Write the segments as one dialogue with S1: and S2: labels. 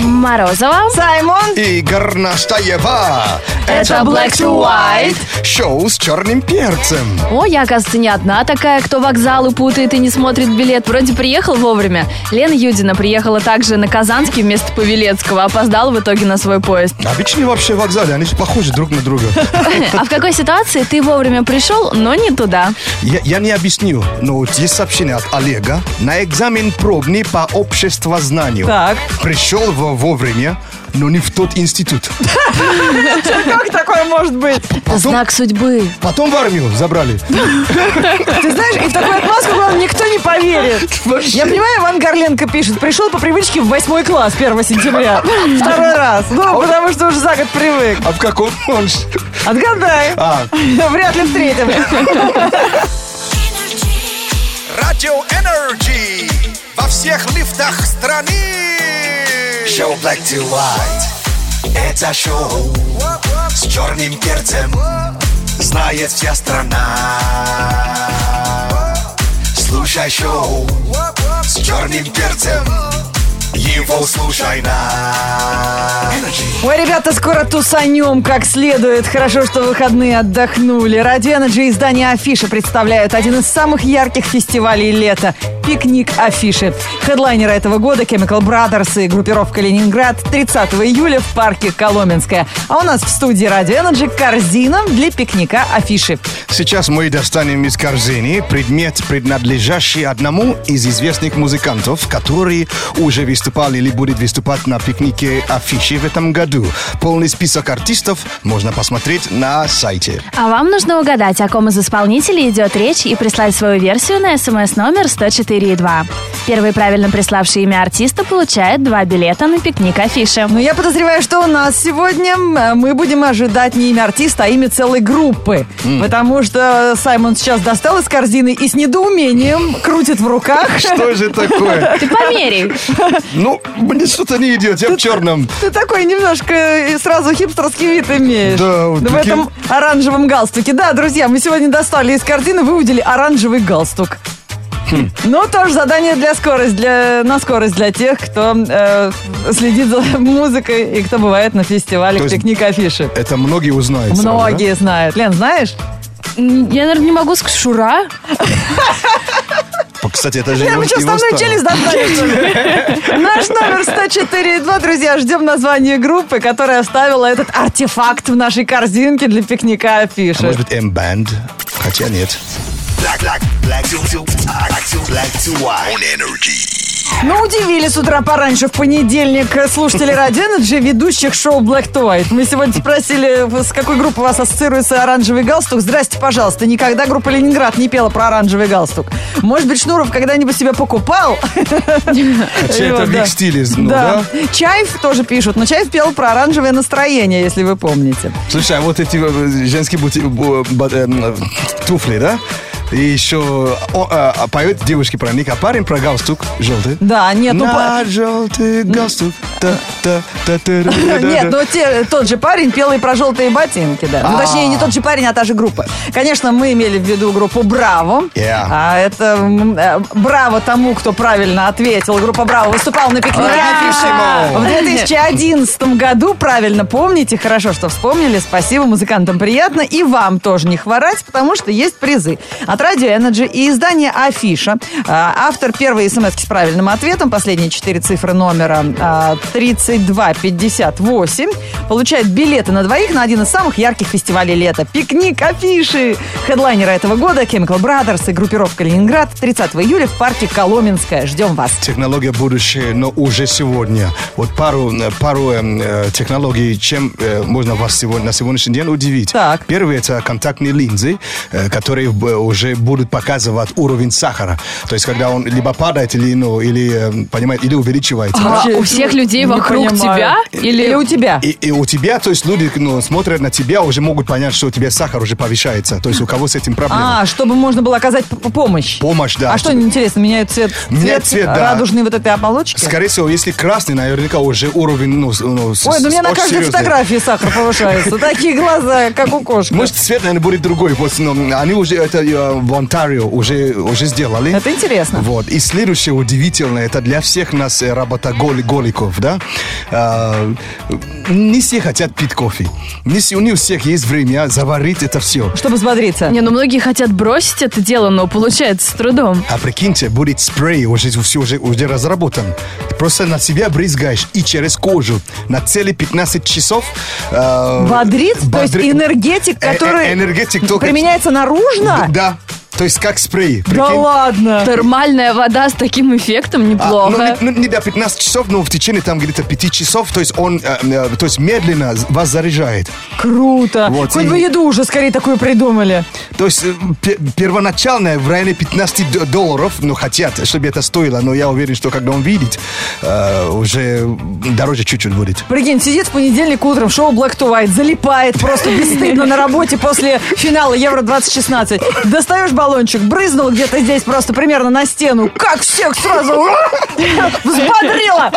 S1: Морозова.
S2: Саймон.
S3: И Горнаштаева.
S2: Это Black to White.
S3: Шоу с черным перцем.
S1: О, я, оказывается, не одна такая, кто вокзалы путает и не смотрит билет. Вроде приехал вовремя. Лена Юдина приехала также на Казанский вместо Павелецкого, опоздала в итоге на свой поезд.
S3: Обычные вообще вокзалы, они же похожи друг на друга.
S1: А в какой ситуации ты вовремя пришел, но не туда?
S3: Я, я не объясню, но вот есть сообщение от Олега. На экзамен пробный по обществознанию.
S2: Так.
S3: Пришел во- вовремя, но не в тот институт.
S2: Как такое может быть?
S1: Это знак судьбы.
S3: Потом в армию забрали.
S2: Ты знаешь, и в такую отмазку главное, никто не поверит. Я понимаю, Иван Горленко пишет, пришел по привычке в восьмой класс 1 сентября. Второй раз. Ну, потому что уже за год привык.
S3: А в каком он? ж-
S2: Отгадай.
S3: А.
S2: Вряд ли в третьем.
S4: Радио Энерджи во всех лифтах страны. Шоу Black to White. Это шоу с черным перцем. Знает вся страна. Слушай шоу с черным перцем. Его слушай на Energy.
S2: Ой, ребята, скоро тусанем как следует. Хорошо, что выходные отдохнули. Ради Energy издание Афиша представляют один из самых ярких фестивалей лета – пикник Афиши. Хедлайнеры этого года – Chemical Brothers и группировка «Ленинград» 30 июля в парке Коломенская. А у нас в студии Ради Energy корзина для пикника Афиши.
S3: Сейчас мы достанем из корзины предмет, принадлежащий одному из известных музыкантов, который уже выступал или будет выступать на пикнике афиши в этом году. Полный список артистов можно посмотреть на сайте.
S1: А вам нужно угадать, о ком из исполнителей идет речь и прислать свою версию на смс-номер 104.2. Первый правильно приславший имя артиста получает два билета на пикник афиши.
S2: Ну, я подозреваю, что у нас сегодня э, мы будем ожидать не имя артиста, а имя целой группы. Потому что Саймон сейчас достал из корзины и с недоумением крутит в руках.
S3: Что же такое?
S1: Ты померяй.
S3: Ну, мне что-то не идет, я в черном.
S2: Ты такой немножко э, сразу хипстерский вид имеешь.
S3: Да, вот
S2: в
S3: таким-
S2: этом оранжевом галстуке. Да, друзья, мы сегодня достали из корзины, выудили оранжевый галстук.
S3: Хм.
S2: Ну, тоже задание для скорость, для, на скорость для тех, кто э, следит за музыкой и кто бывает на фестивале
S3: То есть-
S2: пикник афиши.
S3: Это многие узнают. сразу, да?
S2: Многие знают. Лен, знаешь?
S1: М, Я, наверное, не могу сказать Шура.
S3: Кстати, это же
S2: Я
S3: его-
S2: бы сейчас
S3: его
S2: вставную
S3: стало.
S2: челюсть достану. Наш номер 104.2, друзья, ждем название группы, которая оставила этот артефакт в нашей корзинке для пикника
S3: А
S2: афиши.
S3: Может быть, M-Band? Хотя нет.
S4: Black, black, black to, to, black to, black to white. On Energy.
S2: Ну, удивили с утра пораньше в понедельник слушатели Радио Energy, ведущих шоу Black to White. Мы сегодня спросили, с какой группой у вас ассоциируется оранжевый галстук. Здрасте, пожалуйста, никогда группа «Ленинград» не пела про оранжевый галстук. Может быть, Шнуров когда-нибудь себя покупал?
S3: Хотя это
S2: Вот,
S3: в
S2: да.
S3: их стиле, ну,
S2: Да.
S3: да?
S2: Чайф тоже пишут, но Чайф пел про оранжевое настроение, если вы помните.
S3: Слушай, а вот эти э, женские бути- бу- ба- эм, туфли, да? И еще о, э, а поют девушки про них, а парень про галстук желтый.
S2: Да, нет, ну,
S3: На
S2: па-
S3: желтый галстук. та- та- та- та- та- та- та-
S2: Нет, ну, но те- тот же парень пел и про желтые ботинки, да. Ну,
S3: А.
S2: точнее, не тот же парень, а та же группа. Конечно, мы имели в виду группу «Браво».
S3: Yeah.
S2: А это м, э, «Браво» тому, кто правильно ответил. Группа «Браво» выступала на пикнике А,
S3: Брависсимо!
S2: в 2011 году. Правильно помните, хорошо, что вспомнили. Спасибо, музыкантам приятно. И вам тоже не хворать, потому что есть призы. От Радио Energy и издания «Афиша». А, Автор первой смс с правильным ответом, последние четыре цифры номера а, 3258, получает билеты на двоих на один из самых ярких фестивалей лета. Пикник «Афиши». Хедлайнеры этого года Chemical Brothers и группировка «Ленинград» 30 июля в парке Коломенская. Ждем вас.
S3: Технология будущее, но уже сегодня. Вот пару, э, пару эм, э, технологий, чем э, можно вас сегодня, на сегодняшний день удивить.
S2: Так.
S3: Первый это контактные линзы, э, которые б- уже будут показывать уровень сахара. То есть, когда он либо падает, или, ну, или, эм, понимаете, или увеличивается.
S1: А у всех людей
S2: не
S1: вокруг
S2: понимаю.
S1: тебя или-
S2: у тебя?
S3: И, и у тебя, то есть люди ну, смотрят на тебя, уже могут понять, что у тебя сахар уже повышается. То есть у кого с этим проблема.
S2: А, чтобы можно было оказать п- п- помощь.
S3: Помощь, да.
S2: А что, интересно, меняют цвет,
S3: Меняют цвет, да.
S2: радужной вот этой оболочки?
S3: Скорее всего, если красный, наверняка уже уровень, ну, с- ну, с-
S2: Ой, ну у меня
S3: с-
S2: на
S3: очень
S2: каждой
S3: серьезный.
S2: фотографии сахар повышается. Такие глаза, как у кошки.
S3: Может, цвет, наверное, будет другой. Вот, ну, они уже это э, в Онтарио уже, уже сделали.
S2: Это интересно.
S3: Вот. И следующее удивительное, это для всех нас э, работоголиков, да, э, не все хотят пить кофе. Не все, не у всех есть время заварить это все.
S2: Чтобы взбодриться.
S1: Не, ну многие хотят бросить это дело, но получается с трудом.
S3: А прикиньте, будет спрей, уже все уже, уже разработан. Ты просто на себя брызгаешь и через кожу на цели 15 часов. э,
S2: Бодрит? То
S3: бодри-
S2: есть энергетик,
S3: Э, э,
S2: который
S3: энергетик только-
S2: применяется наружно?
S3: Да. То есть как спрей.
S2: Да
S3: прикинь.
S2: ладно.
S1: Термальная вода с таким эффектом
S3: А,
S1: неплохо.
S3: ну, не, ну, не до 15 часов, но в течение там где-то 5 часов, то есть он э, э, то есть медленно вас заряжает.
S2: Круто.
S3: Вот
S2: Хоть
S3: и-
S2: бы еду уже скорее такую придумали.
S3: То есть э, пе- первоначально в районе 15 д- долларов, ну хотят, чтобы это стоило, но я уверен, что когда он видит, э, уже дороже чуть-чуть будет.
S2: Прикинь, сидит в понедельник утром, шоу Black to White, залипает просто бесстыдно на работе после финала Евро-2016. Достаешь баллончик, брызнул где-то здесь просто примерно на стену. Как всех сразу взбодрило.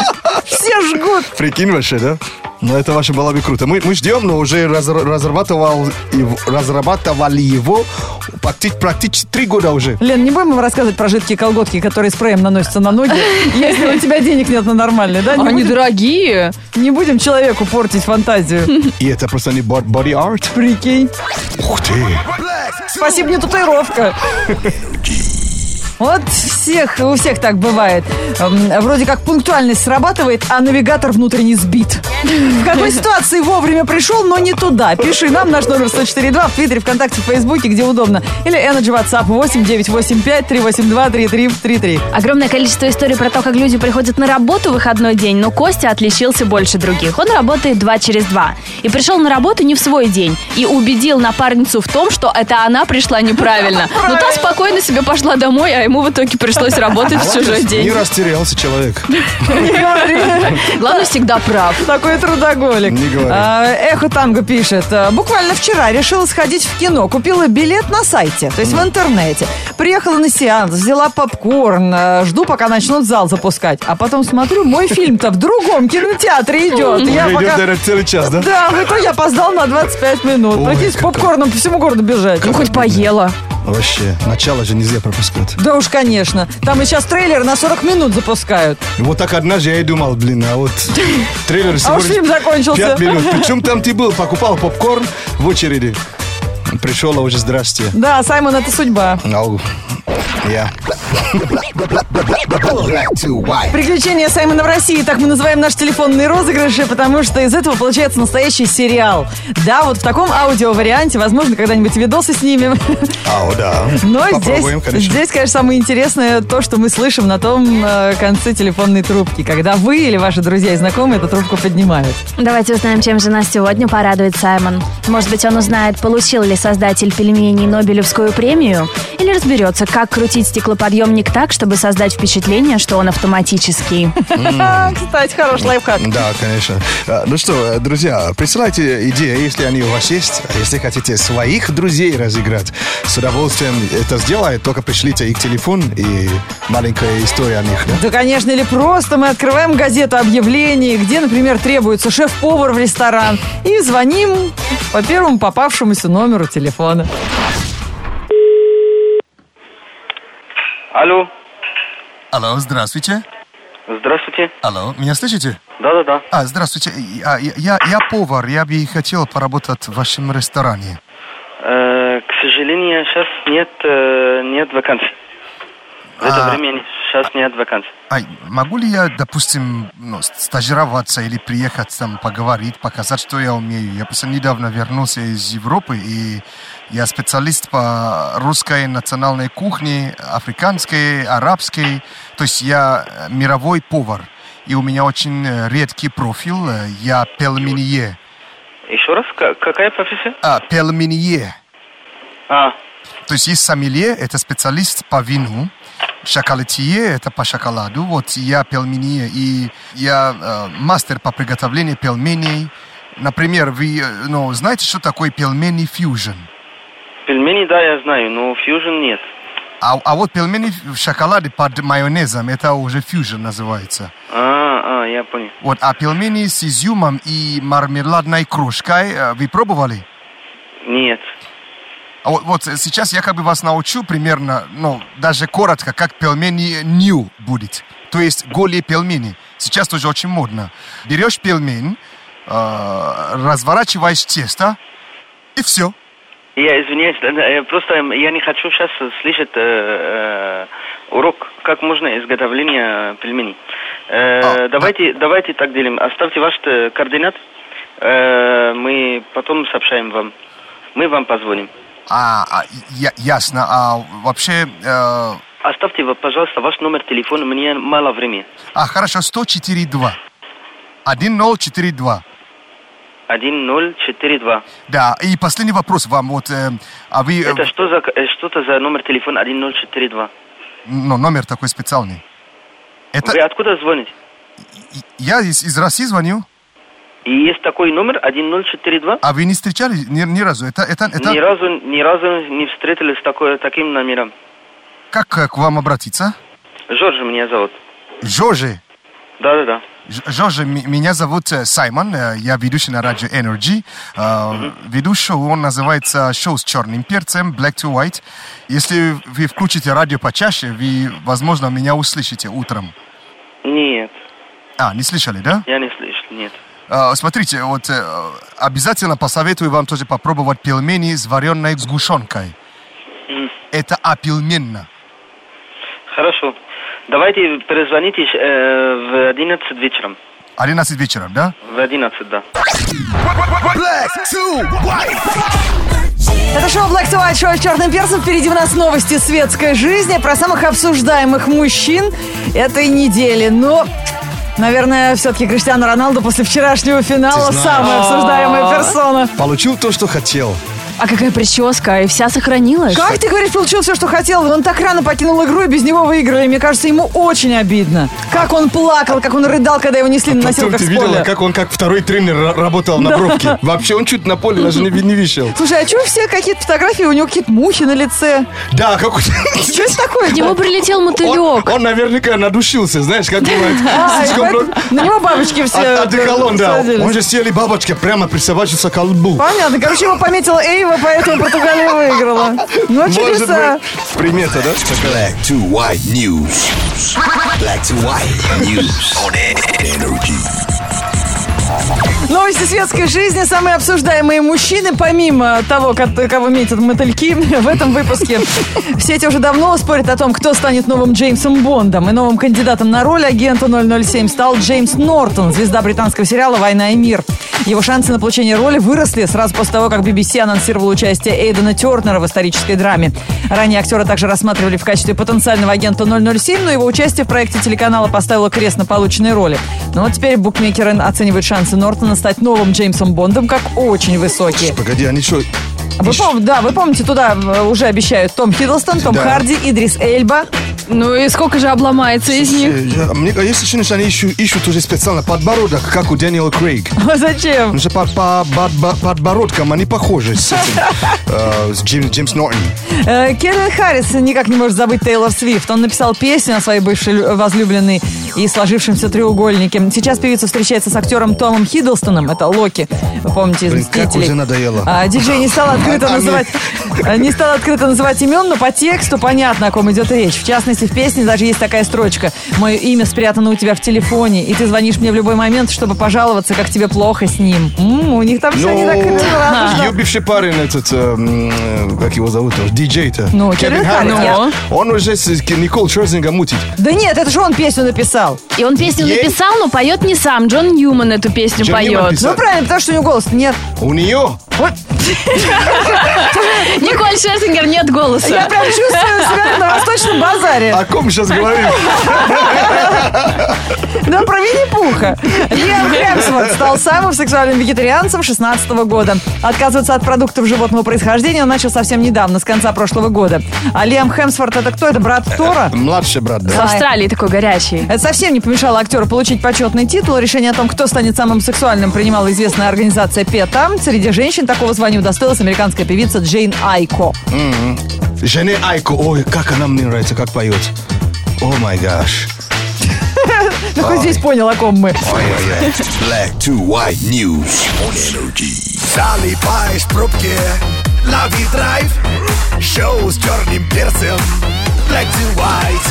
S2: Все жгут.
S3: Прикинь вообще, да? Ну, это ваше было бы круто. Мы, мы ждем, но уже разра- разрабатывал, его- разрабатывали его практи- практически три года уже.
S2: Лен, не будем вам рассказывать про жидкие колготки, которые спреем наносятся на ноги, если у тебя денег нет на нормальные, да? Не
S1: Они
S2: будем-
S1: дорогие.
S2: Не будем человеку портить фантазию.
S3: И это просто не body арт
S2: Прикинь.
S3: Ух ты!
S2: Спасибо, мне татуировка. Вот всех, у всех так бывает. Эм, Вроде как пунктуальность срабатывает, а навигатор внутренне сбит. В какой ситуации вовремя пришел, но не туда? Пиши нам наш номер 104.2 в Твиттере, ВКонтакте, в Фейсбуке, где удобно. Или Energy WhatsApp 8985 382 3333.
S1: Огромное количество историй про то, как люди приходят на работу в выходной день, но Костя отличился больше других. Он работает два через два. И пришел на работу не в свой день. И убедил напарницу в том, что это она пришла неправильно. Но та спокойно себе пошла домой, а ему в итоге пришлось работать в чужой
S3: Не
S1: день.
S3: растерялся человек.
S1: Главное, всегда прав.
S2: Такой трудоголик.
S3: Не говори.
S2: А, Эхо Танго пишет. «А, Буквально вчера решила сходить в кино. Купила билет на сайте, то есть в интернете. Приехала на сеанс, взяла попкорн. а, Жду, пока начнут зал запускать. А потом смотрю, мой фильм-то в другом кинотеатре идет. Я
S3: Уже идет,
S2: пока-
S3: наверное, целый час, да?
S2: Да, в итоге опоздал на 25 минут.
S3: Ой,
S2: Прикинь,
S3: как
S2: с
S3: это-
S2: попкорном по всему городу бежать.
S1: Ну, хоть поела.
S3: Вообще, начало же нельзя пропускать.
S2: Да уж, конечно. Там и сейчас трейлер на 40 минут запускают.
S3: И Вот так однажды я и думал, блин, а вот трейлер
S2: А
S3: всего
S2: уж
S3: лишь
S2: фильм закончился.
S3: пять минут. Причем там ты был, покупал попкорн в очереди. Пришел, а уже здрасте.
S2: Да, Саймон, это судьба.
S3: Ау. Я.
S4: Black to white.
S2: Приключения Саймона в России, так мы называем наши телефонные розыгрыши, потому что из этого получается настоящий сериал. Да, вот в таком аудиоварианте, возможно, когда-нибудь видосы снимем.
S3: Ау, да.
S2: Но
S3: Попробуем,
S2: здесь,
S3: конечно.
S2: здесь, конечно, самое интересное то, что мы слышим на том э, конце телефонной трубки, когда вы или ваши друзья и знакомые эту трубку поднимают.
S1: Давайте узнаем, чем же нас сегодня порадует Саймон. Может быть, он узнает, получил ли создатель пельменей Нобелевскую премию, или разберется, как крутить стеклоподъемник так, чтобы создать впечатление, что он автоматический.
S2: А, Кстати, хороший лайфхак.
S3: Да, конечно. А, Ну что, э, друзья, присылайте идеи, если они у вас есть. А Если хотите своих друзей разыграть, с удовольствием это сделает. Только пришлите их телефон и маленькая история о них. да?
S2: Да, конечно, или просто мы открываем газету объявлений, где, например, требуется шеф-повар в ресторан, и звоним по первому попавшемуся номеру телефона.
S5: Алло,
S6: Алло, здравствуйте.
S5: здравствуйте.
S6: Алло, меня слышите?
S5: Да-да-да.
S6: А, здравствуйте. Я, я, я повар, я бы хотел поработать в вашем ресторане.
S5: Э, к сожалению, сейчас нет, э, нет вакансий. В это
S6: А.
S5: время сейчас нет вакансий.
S6: Ай, могу ли я, допустим, ну, стажироваться или приехать там поговорить, показать, что я умею? Я просто недавно вернулся из Европы, и я специалист по русской национальной кухне, африканской, арабской. То есть я э, мировой повар, и у меня очень э, редкий профиль. э, Я пельменье.
S5: Еще раз, ка- какая профессия?
S6: А, пельменье.
S5: А,
S6: То есть есть сомелье, это специалист по вину, шоколатье, это по шоколаду, вот я пельмени, и я э, мастер по приготовлению пельменей. Например, вы э, ну, знаете, что такое пельмени фьюжн?
S5: пельмени, да, я знаю, но фьюжн нет.
S6: А, а вот пельмени в шоколаде под майонезом, это уже фьюжн называется.
S5: А, а, я понял.
S6: Вот, а пельмени с изюмом и мармеладной крошкой, э, вы пробовали?
S5: Нет.
S6: А вот, вот сейчас я как бы вас научу примерно, ну, даже коротко, как пельмени нью будет. То есть голые пельмени. Сейчас тоже очень модно. Берешь пельмень, э, разворачиваешь тесто, и все.
S5: Я извиняюсь, да, да, я просто эм, я не хочу сейчас слышать э, э, урок, как можно изготовление пельменей. Э,
S6: А,
S5: давайте, давайте так делим. Оставьте ваш э, координат, Э, мы потом сообщаем вам. Мы вам позвоним.
S6: А, а, я- ясно. А вообще... э,
S5: Оставьте, вот, пожалуйста, ваш номер телефона, мне мало времени.
S6: а, хорошо, 104.2. 1042.
S5: 1042.
S6: Да, и последний вопрос вам. Вот, э, а вы... э,
S5: Это что за э, что-то за номер телефона 1042?
S6: ну, номер такой специальный. Это...
S5: Вы откуда звоните?
S6: и- Я из, из России звоню,
S5: И есть такой номер 1042?
S6: а вы не встречали ни, ни разу. Это, это, это...
S5: Ни разу ни разу не встретились с такой таким номером.
S6: Как э, к вам обратиться?
S5: Жорж меня зовут.
S6: Жоржи.
S5: Да-да-да.
S6: Ж- Жоржи, ми- меня зовут э, Саймон, э, я ведущий на радио Energy. Э, Веду шоу, он называется «Шоу с черным перцем», «Black to White». Если вы включите радио почаще, вы, возможно, меня услышите утром.
S5: Нет,
S6: А, не слышали, да?
S5: я не слышал, нет.
S6: Э, Смотрите, вот э, обязательно посоветую вам тоже попробовать пельмени с вареной сгущенкой.
S5: Мгм.
S6: Это опельменно.
S5: Хорошо. Давайте перезвоните э, в 11 вечером.
S6: 11 вечером, да?
S5: В 11, да.
S4: Black to white.
S2: Это шоу Black to White, шоу с черным перцем. Впереди у нас новости светской жизни про самых обсуждаемых мужчин этой недели. Но, наверное, все-таки Криштиану Роналду после вчерашнего финала
S3: Ты знаешь. А.
S2: самая обсуждаемая персона.
S3: Получил то, что хотел.
S1: А какая прическа, и вся сохранилась.
S2: Как ты говоришь, получил все, что хотел? Он так рано покинул игру, и без него выиграли. Мне кажется, ему очень обидно. Как он плакал, как он рыдал, когда его несли
S3: А
S2: на
S3: Потом
S2: носилках
S3: ты
S2: с
S3: видела,
S2: поля.
S3: как он как второй тренер ра- работал на бровке. Вообще он чуть на поле даже не, ви- не висел.
S2: Слушай, а чего все какие-то фотографии, у него какие-то мухи на лице?
S3: Да, как он-
S2: Что это такое?
S1: К нему прилетел мотылек.
S3: он, он наверняка надушился, знаешь, как бывает.
S2: А, и
S3: Слишком
S2: поэтому
S3: много- А,
S2: На него бабочки все
S3: От- одеколон, да.
S2: садились.
S3: Он же сели бабочка прямо присобачился к колбу.
S2: Понятно. Короче, его пометила Эйва, поэтому Португалия выиграла. Ну,
S3: Может
S2: чудеса.
S3: быть, примета, да?
S4: Black to white news. Black to white news on energy.
S2: Новости светской жизни. Самые обсуждаемые мужчины, помимо того, кот- кого метят мотыльки, в этом выпуске в сети уже давно спорят о том, кто станет новым Джеймсом Бондом. И новым кандидатом на роль агента 007 стал Джеймс Нортон, звезда британского сериала «Война и мир». Его шансы на получение роли выросли сразу после того, как BBC анонсировала участие Эйдена Тернера в исторической драме. Ранее актера также рассматривали в качестве потенциального агента 007, но его участие в проекте телеканала поставило крест на полученной роли. Но вот теперь букмекеры оценивают шансы Нортона стать новым Джеймсом Бондом как очень высокие. А
S3: Погоди, они что?
S2: Вы пом- да, вы помните, туда э, уже обещают Том Хиддлстон, Том
S3: Да.
S2: Харди, Идрис Эльба.
S1: Ну и сколько же обломается из них?
S3: Мне а есть ощущение, что они ищут, ищут уже специально подбородок, как у Дэниела Крейг.
S2: Зачем?
S3: Потому что под, по- под- по- подбородком они похожи с этим, э, с Джим, Джеймс Нортон.
S2: Э, Кельвин Харрис никак не может забыть Тейлор Свифт. Он написал песню о своей бывшей лю- возлюбленной и сложившемся треугольнике. Сейчас певица встречается с актером Томом Хиддлстоном. Это Локи, вы помните, из
S3: Блин, как
S2: «Мстителей».
S3: уже надоело.
S2: А, диджей не стал открыто
S3: Они-
S2: называть... э, Не стал открыто называть имен, но по тексту понятно, о ком идет речь. В частности, в песне даже есть такая строчка. «Мое имя спрятано у тебя в телефоне, и ты звонишь мне в любой момент, чтобы пожаловаться, как тебе плохо с ним». М, у них там все не так радужно.
S3: ее бывший Ну, парень этот, э, м, э, как его зовут, тоже, диджей-то.
S2: Ну, Кевин Ну. Харрис,
S3: да. Он уже с с Никол Черзинга мутит.
S2: Да нет, это же он песню написал.
S1: И он песню
S3: Есть?
S1: написал, но поет не сам. Джон Ньюман эту песню
S3: Джон Ньюман
S1: поет.
S3: писал.
S2: Ну, правильно, потому что у него голоса нет.
S3: У нее
S2: Вот,
S1: Николь Шерсингер нет
S2: я
S1: голоса.
S2: прям чувствую себя на восточном базаре.
S3: о ком сейчас говорим?
S2: Да, про Винни-Пуха. Лиам Хемсворт стал самым сексуальным вегетарианцем 16 года. Отказываться от продуктов животного происхождения он начал совсем недавно, с конца прошлого года. А Лиам Хемсворт это кто? Это брат
S3: Э,
S2: Тора?
S3: Младший брат,
S1: В
S3: да.
S1: Австралии такой горячий.
S2: Это совсем не помешало актеру получить почетный титул. Решение о том, кто станет самым сексуальным, принимала известная организация ПЕТА. Среди женщин такого звания удостоилась американская певица Джейн Айко.
S3: Жене Айко, ой, как она мне нравится, как поет. О май гаш.
S2: Ну, хоть здесь понял, о ком мы.
S4: Black to white news on energy. Sally Pies пробки, лови драйв. Шоу с черным перцем. Black to white.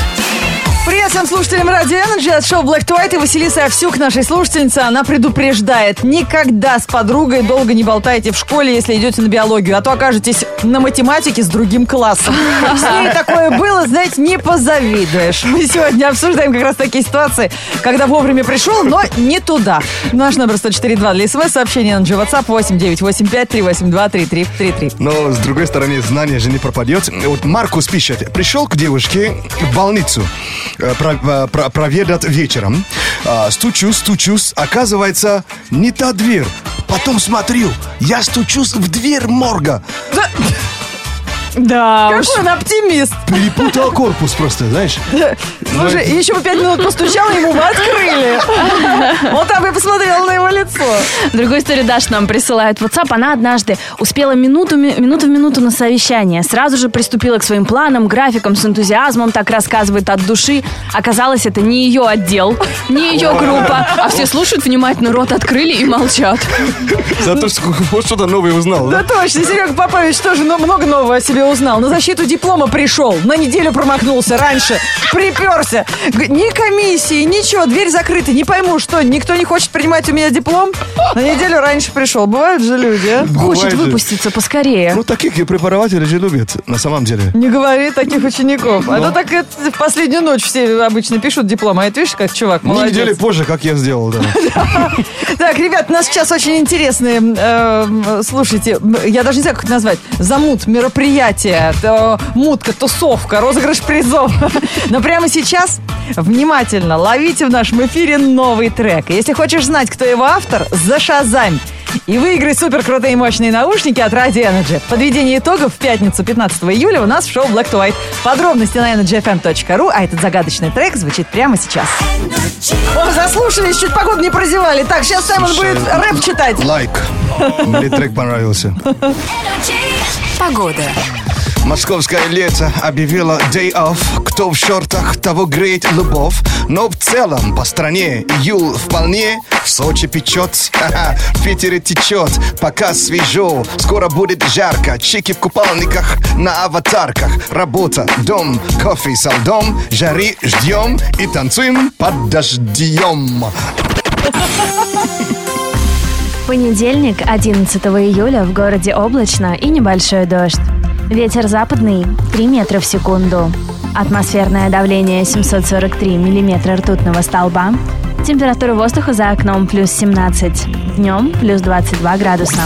S2: Привет всем слушателям Радио Energy от шоу Black to White и Василиса Овсюк, нашей слушательница. Она предупреждает, никогда с подругой долго не болтайте в школе, если идете на биологию, а то окажетесь на математике с другим классом. С ней такое было, знаете, не позавидуешь. Мы сегодня обсуждаем как раз такие ситуации, когда вовремя пришел, но не туда. Наш номер 104.2 для смс-сообщения на WhatsApp 89853823333.
S3: Но, с другой стороны, знание же не пропадет. Вот Маркус пишет, пришел к девушке в больницу э, про- э, про- проведать вечером. А, Стучусь, стучусь, оказывается, не та дверь. Потом смотрю, я стучусь в дверь морга.
S1: Да уж.
S2: Какой он оптимист!
S3: Перепутал корпус просто, знаешь.
S2: Слушай,
S3: Ну,
S2: еще бы пять минут постучал, ему бы открыли. Вот так бы посмотрел на его лицо.
S1: Другую историю Даша нам присылает в WhatsApp. Она однажды успела минуту, ми- минуту в минуту на совещание. Сразу же приступила к своим планам, графикам с энтузиазмом, так рассказывает от души. Оказалось, это не ее отдел, не ее группа. А все слушают внимательно, рот открыли и молчат.
S3: Зато что- вот что-то новое узнал,
S2: Да
S3: да?
S2: точно, Серега Попович тоже но- много нового о себе узнал. На защиту диплома пришел, на неделю промахнулся раньше, приперся. Г- Ни комиссии, ничего, дверь закрыта, не пойму, что, никто не хочет принимать у меня диплом? На неделю раньше пришел, бывают же люди, а?
S1: Хочет
S3: Бывает же.
S1: выпуститься поскорее.
S3: Ну, таких и преподаватели же любят, на самом деле.
S2: Не говори таких учеников.
S3: Ну.
S2: А то так это в последнюю ночь все обычно пишут диплом, а это видишь, как чувак,
S3: Ну,
S2: молодец.
S3: Недели позже, как я сделал, да.
S2: Так, ребят, у нас сейчас очень интересные, э, слушайте, м, я даже не знаю, как это назвать, замут, мероприятие, то мутка, тусовка, розыгрыш призов. Но прямо сейчас внимательно ловите в нашем эфире новый трек. Если хочешь знать, кто его автор, зашазамь. И выиграй супер крутые мощные наушники от Radio Energy. Подведение итогов в пятницу 15 июля у нас в шоу Black to White. Подробности на energyfm.ru, а этот загадочный трек звучит прямо сейчас. О, заслушались, чуть погоду не прозевали. Так, сейчас Саймон
S3: Слушай,
S2: будет рэп читать.
S3: Лайк. Мне трек понравился.
S7: Погода.
S3: Московское лето объявило day off. Кто в шортах, того греет любовь. Но в целом по стране июл вполне. В Сочи печет, ха-ха, в Питере течет. Пока свежо, скоро будет жарко. Чики в купальниках, на аватарках. Работа, дом, кофе со льдом. Жары ждем и танцуем под дождем.
S1: Понедельник, 11 июля, в городе облачно и небольшой дождь. Ветер западный 3 метра в секунду. Атмосферное давление 743 миллиметра ртутного столба. Температура воздуха за окном плюс 17. Днем плюс 22 градуса.